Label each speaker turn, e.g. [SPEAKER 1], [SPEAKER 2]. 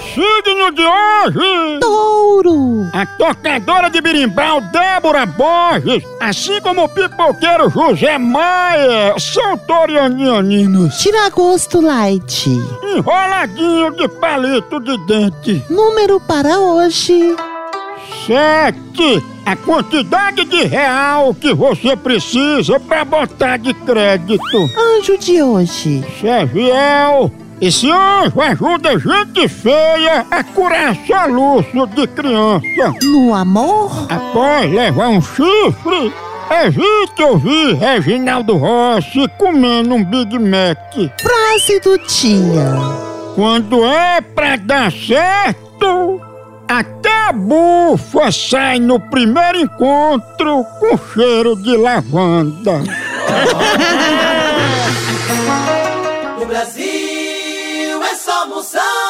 [SPEAKER 1] signo de hoje!
[SPEAKER 2] Touro!
[SPEAKER 1] A tocadora de birimbau Débora Borges, assim como o pipoqueiro José Maia, são torianianinos.
[SPEAKER 2] Tira gosto light.
[SPEAKER 1] Enroladinho de palito de dente.
[SPEAKER 2] Número para hoje.
[SPEAKER 1] Sete. A quantidade de real que você precisa pra botar de crédito.
[SPEAKER 2] Anjo de hoje.
[SPEAKER 1] Xavier, esse anjo ajuda gente feia a curar soluço de criança.
[SPEAKER 2] No amor.
[SPEAKER 1] Após levar um chifre, evite ouvir Reginaldo Rossi comendo um Big Mac.
[SPEAKER 2] Frase do dia.
[SPEAKER 1] Quando é pra dar certo, até a bufa sai no primeiro encontro com cheiro de lavanda.
[SPEAKER 3] O Brasil é só moção.